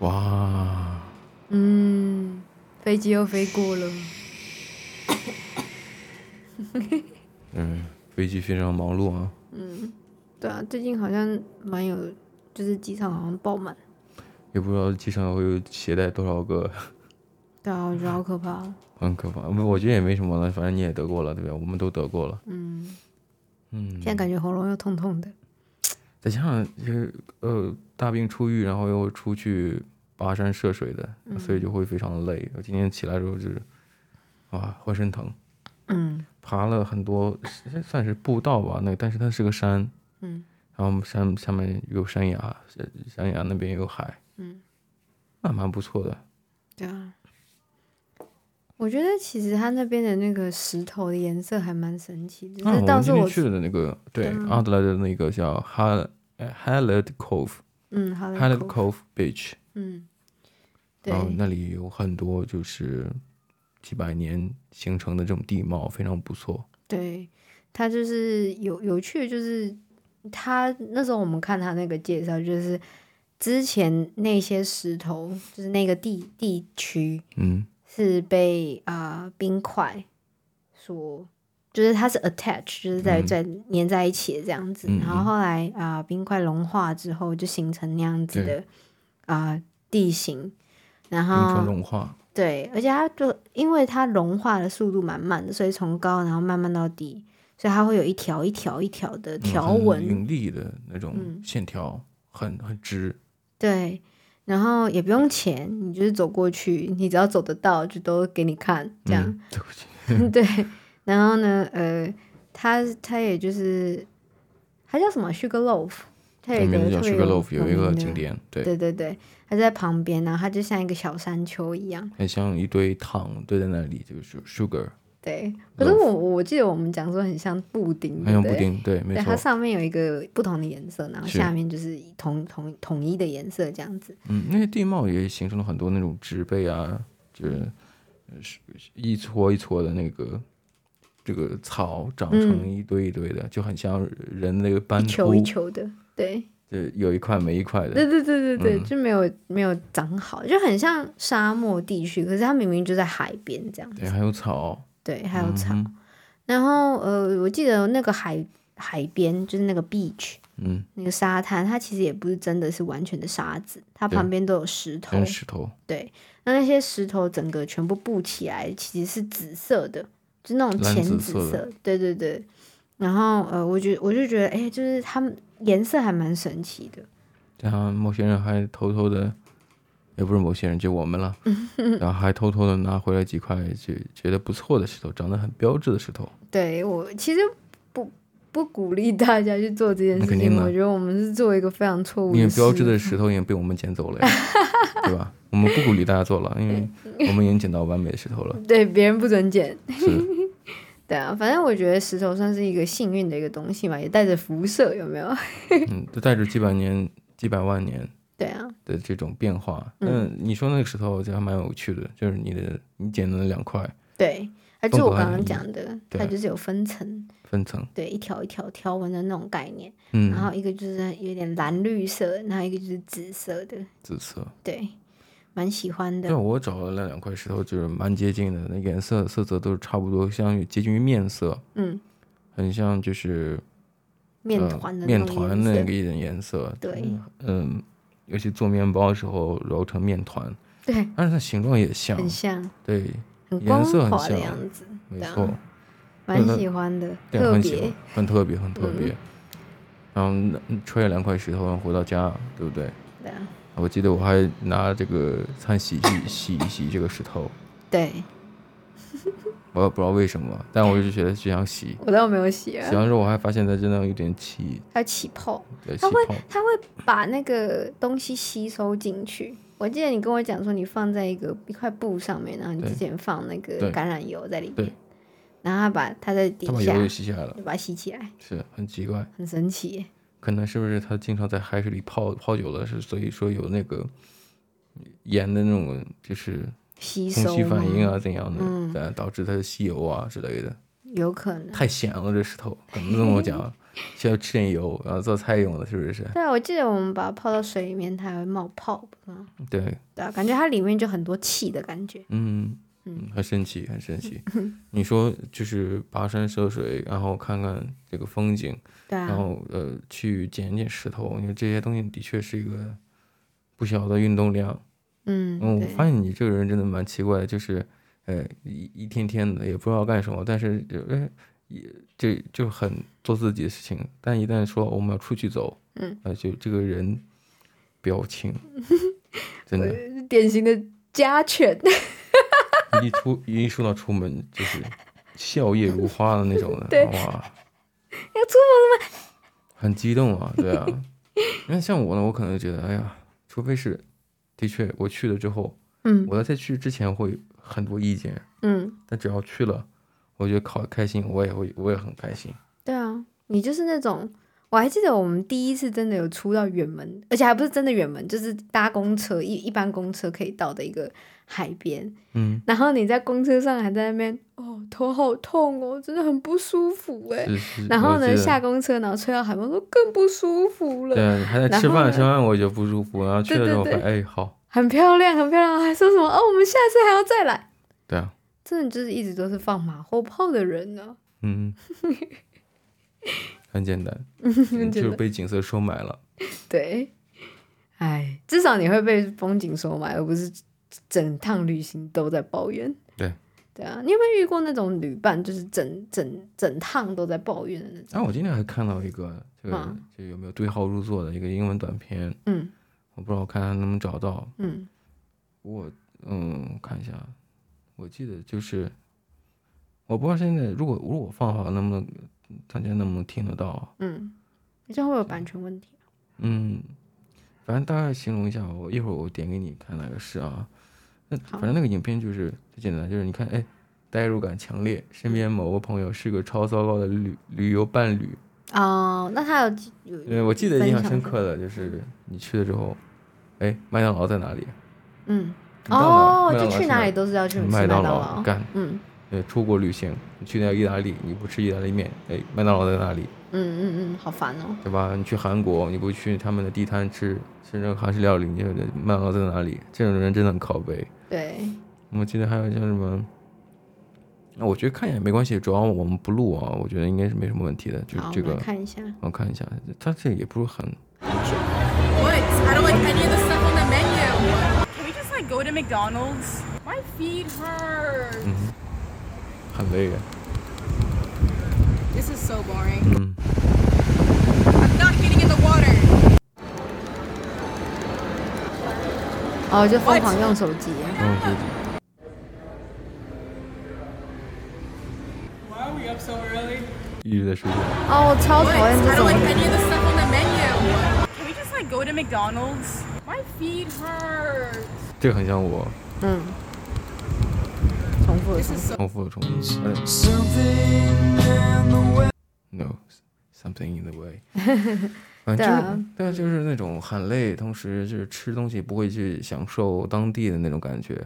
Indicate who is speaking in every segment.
Speaker 1: 哇，
Speaker 2: 嗯，飞机又飞过了。
Speaker 1: 嗯，飞机非常忙碌啊。
Speaker 2: 对啊，最近好像蛮有，就是机场好像爆满。
Speaker 1: 也不知道机场会有携带多少个，
Speaker 2: 对啊，我觉得好可怕哦。
Speaker 1: 很可怕。不，我觉得也没什么了，反正你也得过了，对吧？我们都得过了。
Speaker 2: 嗯，
Speaker 1: 嗯
Speaker 2: 现，在感觉喉咙又痛痛的。
Speaker 1: 再加上就是呃大病初愈，然后又出去跋山涉水的，所以就会非常累。我今天起来之后就是，啊，浑身疼，
Speaker 2: 嗯
Speaker 1: 爬了很多，是算是步道吧，那个，但是它是个山，
Speaker 2: 嗯，
Speaker 1: 然后山下面有山崖，呃山崖那边有海，
Speaker 2: 嗯，
Speaker 1: 那蛮不错的。
Speaker 2: 对啊。我觉得其实它那边的那个石头的颜色还蛮神奇的，
Speaker 1: 啊，
Speaker 2: 这
Speaker 1: 我
Speaker 2: 倒
Speaker 1: 们
Speaker 2: 是
Speaker 1: 今天
Speaker 2: 我
Speaker 1: 去的那个，对，
Speaker 2: 嗯
Speaker 1: 阿德莱的那个叫哈呃 Hallet Cove，Hallet
Speaker 2: 嗯好的
Speaker 1: Cove Beach，
Speaker 2: 嗯，对
Speaker 1: 然后那里有很多就是几百年形成的这种地貌，非常不错。
Speaker 2: 对，它就是有有趣的就是它那时候我们看它那个介绍，就是之前那些石头，就是那个地地区，
Speaker 1: 嗯
Speaker 2: 是被啊、呃冰块所，就是它是 attach，就是在
Speaker 1: 嗯
Speaker 2: 在粘在一起的这样子。
Speaker 1: 嗯嗯
Speaker 2: 然后后来啊、呃冰块融化之后，就形成那样子
Speaker 1: 对
Speaker 2: 的啊、呃地形。然
Speaker 1: 冰川
Speaker 2: 后
Speaker 1: 融化，
Speaker 2: 对，而且它就因为它融化的速度蛮慢的，所以从高然后慢慢到低，所以它会有一条一条一条的
Speaker 1: 嗯
Speaker 2: 条
Speaker 1: 很
Speaker 2: 纹。
Speaker 1: 匀力的那种
Speaker 2: 嗯
Speaker 1: 线条，很很直。
Speaker 2: 对，然后也不用钱，你就是走过去，你只要走得到，就都给你看这样。
Speaker 1: 嗯，对不起，
Speaker 2: 对，然后呢，呃，它它也就是它叫什么 Sugar Loaf，它有
Speaker 1: 那
Speaker 2: 一
Speaker 1: 名
Speaker 2: 个
Speaker 1: 字叫
Speaker 2: 特别
Speaker 1: Sugar Loaf，有一
Speaker 2: 名
Speaker 1: 个
Speaker 2: 的
Speaker 1: 景，点，对，
Speaker 2: 对对对，它在旁边，然后它就像一个小山丘一样。
Speaker 1: 很像一堆糖堆在那里，就是 Sugar，
Speaker 2: 对，可是
Speaker 1: Loaf
Speaker 2: 我我记得我们讲说很像布丁，
Speaker 1: 很像
Speaker 2: 嗯对
Speaker 1: 布
Speaker 2: 不对。
Speaker 1: 丁，对，没
Speaker 2: 对，它
Speaker 1: 错，
Speaker 2: 上面有一个不同的颜色，然后
Speaker 1: 是
Speaker 2: 下面就是以同同统一的颜色这样子。
Speaker 1: 嗯，那些地貌也形成了很多那种植被啊，就是呃是一撮一撮的那个这个草长成
Speaker 2: 嗯
Speaker 1: 一堆一堆的，就很像人那个斑
Speaker 2: 一球
Speaker 1: 秃
Speaker 2: 一，球的，对，
Speaker 1: 对，有一块没一块的，
Speaker 2: 对对对对对，
Speaker 1: 嗯
Speaker 2: 就没有没有长好，就很像沙漠地区，可是它明明就在海边这样子
Speaker 1: 对，还有草，
Speaker 2: 对，还有草。
Speaker 1: 嗯
Speaker 2: 然后呃，我记得那个海海边就是那个 beach
Speaker 1: 嗯，
Speaker 2: 那个沙滩，它其实也不是真的是完全的沙子，它
Speaker 1: 对
Speaker 2: 旁边都有石头
Speaker 1: 全。是石头，
Speaker 2: 对，那那些石头整个全部布起来，其实是紫色的，就那种
Speaker 1: 蓝
Speaker 2: 浅
Speaker 1: 紫
Speaker 2: 紫
Speaker 1: 色的
Speaker 2: 对对对。然后呃，我觉我就觉得，哎，就是它们颜色还蛮神奇的。
Speaker 1: 然后某些人还偷偷的，也不是某些人，就我们了，
Speaker 2: 嗯
Speaker 1: 然后还偷偷的拿回来几块，就觉得不错的石头，长得很标志的石头，
Speaker 2: 对我其实不不鼓励大家去做这件
Speaker 1: 那
Speaker 2: 事
Speaker 1: 肯定
Speaker 2: 情，
Speaker 1: 的
Speaker 2: 我觉得我们是做一个非常错误
Speaker 1: 因为
Speaker 2: 的事。
Speaker 1: 标志的石头已经被我们捡走了 呀，对吧？我们不鼓励大家做了，因为我们已经捡到完美的石头 了。
Speaker 2: 对别人不准捡。
Speaker 1: 是，
Speaker 2: 对啊，反正我觉得石头算是一个幸运的一个东西嘛，也带着辐射，有没有？
Speaker 1: 嗯，就带着几百年、几百万年
Speaker 2: 对啊，
Speaker 1: 的这种变化。嗯，你说那个石头就还蛮有趣的，就是你的你捡的那两块
Speaker 2: 对，还就是我
Speaker 1: 风格
Speaker 2: 刚
Speaker 1: 很
Speaker 2: 刚
Speaker 1: 一
Speaker 2: 讲的，
Speaker 1: 对啊
Speaker 2: 它就是有分层，
Speaker 1: 分层，
Speaker 2: 对，一条一条条纹的那种概念。然
Speaker 1: 嗯，
Speaker 2: 后一个就是有点蓝绿色，然后一个就是紫色的，
Speaker 1: 紫色。
Speaker 2: 对，蛮喜欢
Speaker 1: 对，啊
Speaker 2: 的。
Speaker 1: 我找了那两块石头，就是蛮接近的，那颜色色泽都是差不多，像接近于面色，
Speaker 2: 嗯，
Speaker 1: 很像就是
Speaker 2: 面
Speaker 1: 呃
Speaker 2: 团的那
Speaker 1: 面
Speaker 2: 种
Speaker 1: 团
Speaker 2: 颜
Speaker 1: 那
Speaker 2: 色
Speaker 1: 个一点颜色。
Speaker 2: 对
Speaker 1: 嗯，尤其做面包的时候揉成面团，
Speaker 2: 对，
Speaker 1: 但是它形状也像，
Speaker 2: 很像，
Speaker 1: 对，
Speaker 2: 很
Speaker 1: 哦颜
Speaker 2: 光
Speaker 1: 色很
Speaker 2: 滑的
Speaker 1: 像
Speaker 2: 样子。
Speaker 1: 没
Speaker 2: 对啊
Speaker 1: 错，
Speaker 2: 蛮
Speaker 1: 对它
Speaker 2: 喜欢的，
Speaker 1: 对，
Speaker 2: 啊特
Speaker 1: 很喜欢
Speaker 2: 别。，嗯
Speaker 1: 很特别，很特别。然后那揣了两块石头回到家，对不对？
Speaker 2: 对啊，
Speaker 1: 我记得我还拿这个餐洗剂洗一洗这个石头，
Speaker 2: 对
Speaker 1: 我也不知道为什么，但我就觉得就想洗。
Speaker 2: 我倒没有洗
Speaker 1: 洗
Speaker 2: 啊，
Speaker 1: 完之后，我还发现它真的有点起，
Speaker 2: 它起泡，
Speaker 1: 对，起
Speaker 2: 它会
Speaker 1: 泡。
Speaker 2: 它会把那个东西吸收进去。我记得你跟我讲说，你放在一个一块布上面，然后你
Speaker 1: 对
Speaker 2: 之前放那
Speaker 1: 对
Speaker 2: 个橄榄油在里
Speaker 1: 对
Speaker 2: 面，然后它把它在底
Speaker 1: 它把
Speaker 2: 下
Speaker 1: 油也吸下来了，
Speaker 2: 就把它吸起来，
Speaker 1: 是很奇怪。
Speaker 2: 很神奇耶。
Speaker 1: 可能是不是它经常在海水里泡泡久了，是所以说有那个盐的那种就是
Speaker 2: 吸
Speaker 1: 空
Speaker 2: 收
Speaker 1: 气反应
Speaker 2: 吗？
Speaker 1: 啊怎样的，
Speaker 2: 嗯
Speaker 1: 呃导致它吸油啊之类的。
Speaker 2: 有可能，
Speaker 1: 太咸了，这石头可能这么讲，需要吃点油，然后做菜用的，是不是？
Speaker 2: 对啊，我记得我们把它泡到水里面，它还会冒泡，嗯，
Speaker 1: 对，
Speaker 2: 对啊，感觉它里面就很多气的感觉。
Speaker 1: 嗯，嗯，很神奇，很神 奇。你说就是跋山涉水，然后看看这个风景，
Speaker 2: 对
Speaker 1: 然
Speaker 2: 啊，
Speaker 1: 后呃去捡捡石头，因为这些东西的确是一个不小的运动量。
Speaker 2: 嗯，
Speaker 1: 嗯，我
Speaker 2: 对
Speaker 1: 发现你这个人真的蛮奇怪的，就是，呃，一一天天的也不知道干什么，但是就哎，也就就很做自己的事情，但一旦说我们要出去走，
Speaker 2: 嗯，
Speaker 1: 呃，就这个人表 情，真的，
Speaker 2: 呃典型的家犬。
Speaker 1: 一出一说到出门就是笑靥如花的那种的，
Speaker 2: 对
Speaker 1: 哇，要出门了吗？ 很激动啊，对啊， 你看像我呢，我可能觉得，哎呀，除非是，的确我去了之后，
Speaker 2: 嗯
Speaker 1: 我在去之前会有很多意见。
Speaker 2: 嗯，
Speaker 1: 但只要去了，我觉得考得开心，我也会我也很开心。
Speaker 2: 对啊，你就是那种，我还记得我们第一次真的有出到远门，而且还不是真的远门，就是搭公车一一般公车可以到的一个海边，
Speaker 1: 嗯，
Speaker 2: 然后你在公车上还在那边，哦，头好痛哦，真的很不舒服哎。
Speaker 1: 是是。
Speaker 2: 然后
Speaker 1: 我
Speaker 2: 呢，
Speaker 1: 记得
Speaker 2: 下公车，然后吹到海风，说更不舒服了。
Speaker 1: 对，啊还在
Speaker 2: 然
Speaker 1: 吃
Speaker 2: 后
Speaker 1: 饭，
Speaker 2: 呢
Speaker 1: 吃饭我就不舒服，然后去
Speaker 2: 对
Speaker 1: 了之
Speaker 2: 对
Speaker 1: 后发现，
Speaker 2: 对
Speaker 1: 哎，好，
Speaker 2: 很漂亮，很漂亮，还说什么哦，我们下次还要再来。
Speaker 1: 对啊，
Speaker 2: 真的就是一直都是放马后炮的人呢、
Speaker 1: 嗯，很简单，
Speaker 2: 很
Speaker 1: 就
Speaker 2: 简
Speaker 1: 是
Speaker 2: 单
Speaker 1: 被景色收买了。
Speaker 2: 对，哎，至少你会被风景收买，而不是整趟旅行都在抱怨。
Speaker 1: 对，
Speaker 2: 对啊，你有没有遇过那种旅伴，就是整整整趟都在抱怨的那种？
Speaker 1: 啊，我今天还看到一个，这个
Speaker 2: 嗯
Speaker 1: 这有没有对号入座的一个英文短片，
Speaker 2: 嗯
Speaker 1: 我不知道我看看能不能找到。
Speaker 2: 嗯
Speaker 1: 我嗯，我看一下，我记得就是，我不知道现在如果如果我放的话，能不能大家能不能听得到啊？
Speaker 2: 嗯，你这样会有版权问题。
Speaker 1: 嗯，反正大概形容一下，我一会儿我点给你看哪个是啊。那
Speaker 2: 好
Speaker 1: 反正那个影片就是最简单，就是你看，哎，代入感强烈，身边某个朋友是个超糟糕的旅旅游伴侣。
Speaker 2: 哦，那他有几有
Speaker 1: 对，我记得印象深
Speaker 2: 分享
Speaker 1: 刻的就是你去了之后，哎，麦当劳在哪里？
Speaker 2: 嗯
Speaker 1: 你到哪
Speaker 2: 哦，
Speaker 1: 儿麦
Speaker 2: 就
Speaker 1: 当劳
Speaker 2: 去
Speaker 1: 是
Speaker 2: 哪里都是要去吃
Speaker 1: 麦
Speaker 2: 当
Speaker 1: 当劳啊干。
Speaker 2: 嗯
Speaker 1: 呃，出国旅行，你去那意大利，你不吃意大利面，哎，麦当劳在哪里？
Speaker 2: 嗯嗯嗯，好烦哦。
Speaker 1: 对吧？你去韩国，你不去他们的地摊吃吃那个韩式料理，你就觉得麦当劳在哪里？这种人真的很靠背。
Speaker 2: 对，
Speaker 1: 我记得还有像什么，那我觉得看一眼没关系，主要我们不录啊，我觉得应该是没什么问题的。就
Speaker 2: 好，
Speaker 1: 这
Speaker 2: 我
Speaker 1: 个
Speaker 2: 们来，看一下。
Speaker 1: 我看一下，它这也不是很，
Speaker 3: What? I don't like any of the stuff on the menu. Can we just like go to McDonald's? My feet hurt.
Speaker 1: 嗯哼，很累啊。
Speaker 3: This is so boring.
Speaker 1: 嗯，
Speaker 3: I'm not getting in the water.
Speaker 2: 哦，就疯狂用手机啊。
Speaker 1: 然后就
Speaker 3: Why are we up so early?
Speaker 1: 一直在睡觉。
Speaker 2: 哦，我超
Speaker 3: What?
Speaker 2: 讨厌
Speaker 3: I
Speaker 2: 这
Speaker 3: don't
Speaker 2: 种
Speaker 3: like
Speaker 2: 人。
Speaker 3: any of the stuff on the menu. Can we just like go to McDonald's? My feet hurt.
Speaker 1: 这个很像我，
Speaker 2: 嗯，重复的重复
Speaker 3: This is so.
Speaker 1: 重复的重复。哎 No, something in the way 。反
Speaker 2: 对
Speaker 1: 正
Speaker 2: 啊
Speaker 1: 就是对啊，就是那种很累，同时就是吃东西不会去享受当地的那种感觉。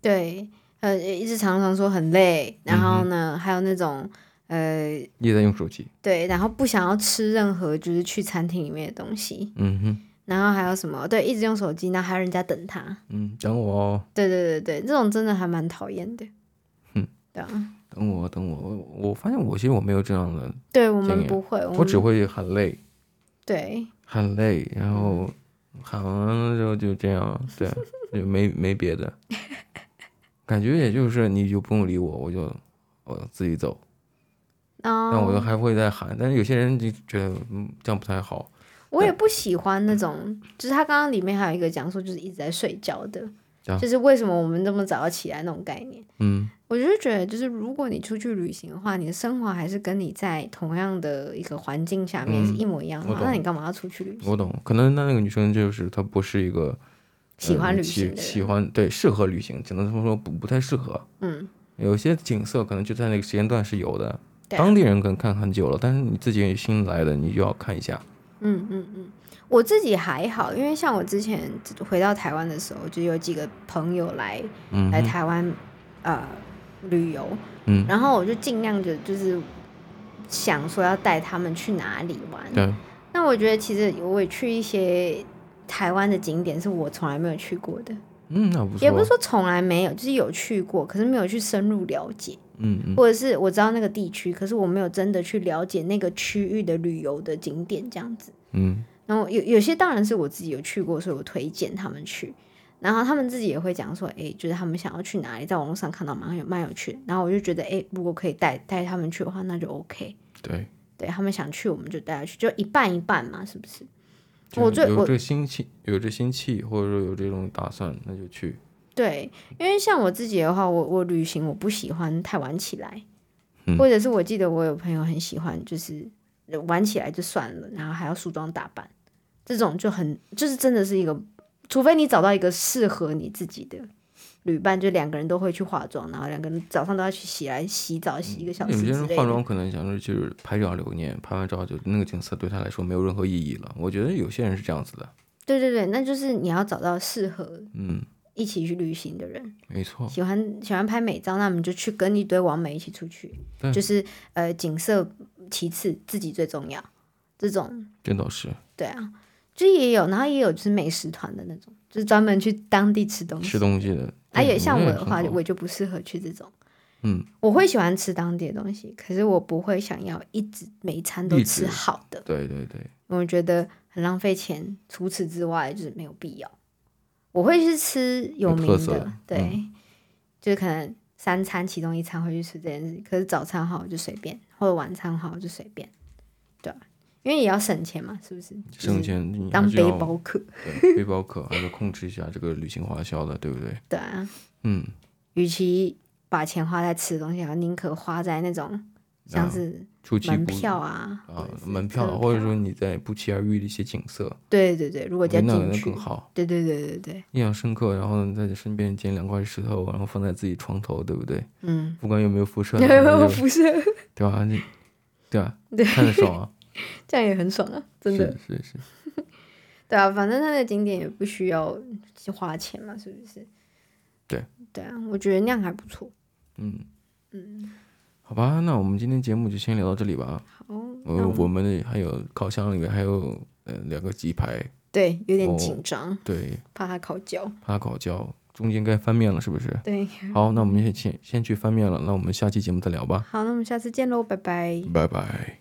Speaker 2: 对，呃，一直常常说很累，然后呢，
Speaker 1: 嗯
Speaker 2: 还有那种呃，
Speaker 1: 一直在用手机。
Speaker 2: 对，然后不想要吃任何就是去餐厅里面的东西，
Speaker 1: 嗯哼，
Speaker 2: 然后还有什么对，一直用手机，然后还有人家等他，
Speaker 1: 嗯，等我哦。
Speaker 2: 对对对对，这种真的还蛮讨厌的。
Speaker 1: 哼，
Speaker 2: 对啊，
Speaker 1: 等我，等我，我我发现我其实我没有这样的，
Speaker 2: 对我
Speaker 1: 这
Speaker 2: 们
Speaker 1: 个
Speaker 2: 不会，
Speaker 1: 我
Speaker 2: 们
Speaker 1: 只会很累，
Speaker 2: 对
Speaker 1: 很累，然后喊完了之后就这样，对， 就没没别 的，感觉也就是你就不用理我，我就我自己走，
Speaker 2: 啊，
Speaker 1: 但我又还会再喊，但是有些人就觉得嗯这样不太好，
Speaker 2: 我也不喜欢那种，就是他刚刚里面还有一个讲说，就是一直在睡觉的
Speaker 1: 这，样
Speaker 2: 就是为什么我们这么早要起来那种概念。
Speaker 1: 嗯
Speaker 2: 我就觉得，就是如果你出去旅行的话，你的生活还是跟你在同样的一个环境下面
Speaker 1: 嗯
Speaker 2: 是一模一样的
Speaker 1: 我
Speaker 2: 话，
Speaker 1: 懂
Speaker 2: 那你干嘛要出去旅
Speaker 1: 嗯
Speaker 2: 行？
Speaker 1: 我懂，可能那那个女生就是她不是一个
Speaker 2: 喜欢
Speaker 1: 嗯
Speaker 2: 旅
Speaker 1: 喜
Speaker 2: 行的
Speaker 1: 喜
Speaker 2: 人，
Speaker 1: 欢对适合旅行，只能这么说不不太适合，
Speaker 2: 嗯，
Speaker 1: 有些景色可能就在那个时间段是有的，
Speaker 2: 对啊
Speaker 1: 当地人可能看很久了，但是你自己新来的，你就要看一下。
Speaker 2: 嗯嗯嗯，我自己还好，因为像我之前回到台湾的时候，就有几个朋友来
Speaker 1: 嗯
Speaker 2: 来
Speaker 1: 哼，
Speaker 2: 台湾呃旅游，
Speaker 1: 嗯
Speaker 2: 然后我就尽量就就是想说要带他们去哪里玩。
Speaker 1: 对，
Speaker 2: 那我觉得其实我也去一些台湾的景点是我从来没有去过的，
Speaker 1: 嗯，那不错，
Speaker 2: 也不是，说从来没有，就是有去过，可是没有去深入了解，
Speaker 1: 嗯嗯，
Speaker 2: 或者是我知道那个地区，可是我没有真的去了解那个区域的旅游的景点这样子。
Speaker 1: 嗯，
Speaker 2: 然后有有些当然是我自己有去过，所以我推荐他们去。然后他们自己也会讲说，诶，就是他们想要去哪里，在网络上看到蛮有蛮有趣的。然后我就觉得，诶，如果可以带带他们去的话，那就 OK。
Speaker 1: 对，
Speaker 2: 对他们想去，我们就带他去，就一半一半嘛，是不是？
Speaker 1: 就
Speaker 2: 我
Speaker 1: 是
Speaker 2: 最
Speaker 1: 啊有
Speaker 2: 我
Speaker 1: 这个心气，有这心气，或者说有这种打算，那就去，
Speaker 2: 对，因为像我自己的话，我我旅行我不喜欢太晚起来，
Speaker 1: 嗯
Speaker 2: 或者是我记得我有朋友很喜欢，就是晚起来就算了，然后还要梳妆打扮，这种就很就是真的是一个，除非你找到一个适合你自己的旅伴，就两个人都会去化妆，然后两个人早上都要去洗来洗澡，洗一个小
Speaker 1: 嗯有
Speaker 2: 时
Speaker 1: 些
Speaker 2: 之
Speaker 1: 人
Speaker 2: 类
Speaker 1: 化妆
Speaker 2: 的。
Speaker 1: 可能想着就是拍照留念，拍完照就那个景色对他来说没有任何意义了。我觉得有些人是这样子的，
Speaker 2: 对对对，那就是你要找到适合
Speaker 1: 嗯，
Speaker 2: 一起去旅行的人。
Speaker 1: 没错，
Speaker 2: 喜欢喜欢拍美照，那我们就去跟一堆网美一起出去
Speaker 1: 对，
Speaker 2: 就是呃景色其次，自己最重要。这种
Speaker 1: 这倒是
Speaker 2: 对啊，就也有，然后也有就是美食团的那种，就是专门去当地吃东西。
Speaker 1: 吃东西的。
Speaker 2: 而
Speaker 1: 对
Speaker 2: 且嗯像
Speaker 1: 那
Speaker 2: 我
Speaker 1: 也
Speaker 2: 的
Speaker 1: 很
Speaker 2: 话，
Speaker 1: 好
Speaker 2: 我就不适合去这种。
Speaker 1: 嗯，
Speaker 2: 我会喜欢吃当地的东西，可是我不会想要一直每一餐都
Speaker 1: 一
Speaker 2: 吃
Speaker 1: 直
Speaker 2: 好的，
Speaker 1: 对对对，
Speaker 2: 我觉得很浪费钱。除此之外，就是没有必要。我会去吃有
Speaker 1: 有
Speaker 2: 名
Speaker 1: 特
Speaker 2: 的，
Speaker 1: 色的嗯
Speaker 2: 对，就是可能三餐其中一餐会去吃这件事，可是早餐好就随便，或者晚餐好就随便，对啊，因为也要省钱嘛，是不是？
Speaker 1: 省，钱你还
Speaker 2: 当
Speaker 1: 是
Speaker 2: 背
Speaker 1: 要
Speaker 2: 包客，
Speaker 1: 对背包客，还是控制一下这个旅行花销的，对不对？
Speaker 2: 对啊，
Speaker 1: 嗯，
Speaker 2: 与其把钱花在吃东西，然后宁可花在那种像
Speaker 1: 啊
Speaker 2: 是
Speaker 1: 出其
Speaker 2: 门
Speaker 1: 不
Speaker 2: 票啊，或
Speaker 1: 啊
Speaker 2: 者，是
Speaker 1: 门票
Speaker 2: 车
Speaker 1: 或者说你在不期而遇的一些景色，
Speaker 2: 对对对，如果
Speaker 1: 我觉
Speaker 2: 加
Speaker 1: 得那
Speaker 2: 进
Speaker 1: 那
Speaker 2: 去
Speaker 1: 更，好，
Speaker 2: 对对对对对，
Speaker 1: 印象深刻。然后在你身边捡两块石头，然后放在自己床头，对不对？
Speaker 2: 嗯，
Speaker 1: 不管有没有辐射，
Speaker 2: 有
Speaker 1: 反正就
Speaker 2: 辐射，
Speaker 1: 对吧？你对吧？
Speaker 2: 对
Speaker 1: 看着爽啊，
Speaker 2: 这样也很爽啊，真的。
Speaker 1: 是是是，
Speaker 2: 对啊，反正它的景点也不需要去花钱嘛，是不是？
Speaker 1: 对。
Speaker 2: 对啊，我觉得那样还不错。
Speaker 1: 嗯，
Speaker 2: 嗯，
Speaker 1: 好吧，那我们今天节目就先聊到这里吧。
Speaker 2: 好，
Speaker 1: 呃
Speaker 2: 那，
Speaker 1: 我们的还有烤箱里面还有呃两个鸡排，
Speaker 2: 对有点
Speaker 1: 我
Speaker 2: 紧张，
Speaker 1: 对，
Speaker 2: 怕它烤焦。
Speaker 1: 怕它烤焦，中间该翻面了是不是？
Speaker 2: 对，
Speaker 1: 好，那我们先先先去翻面了，那我们下期节目再聊吧，
Speaker 2: 好，那我们下次见喽，拜拜。
Speaker 1: 拜拜。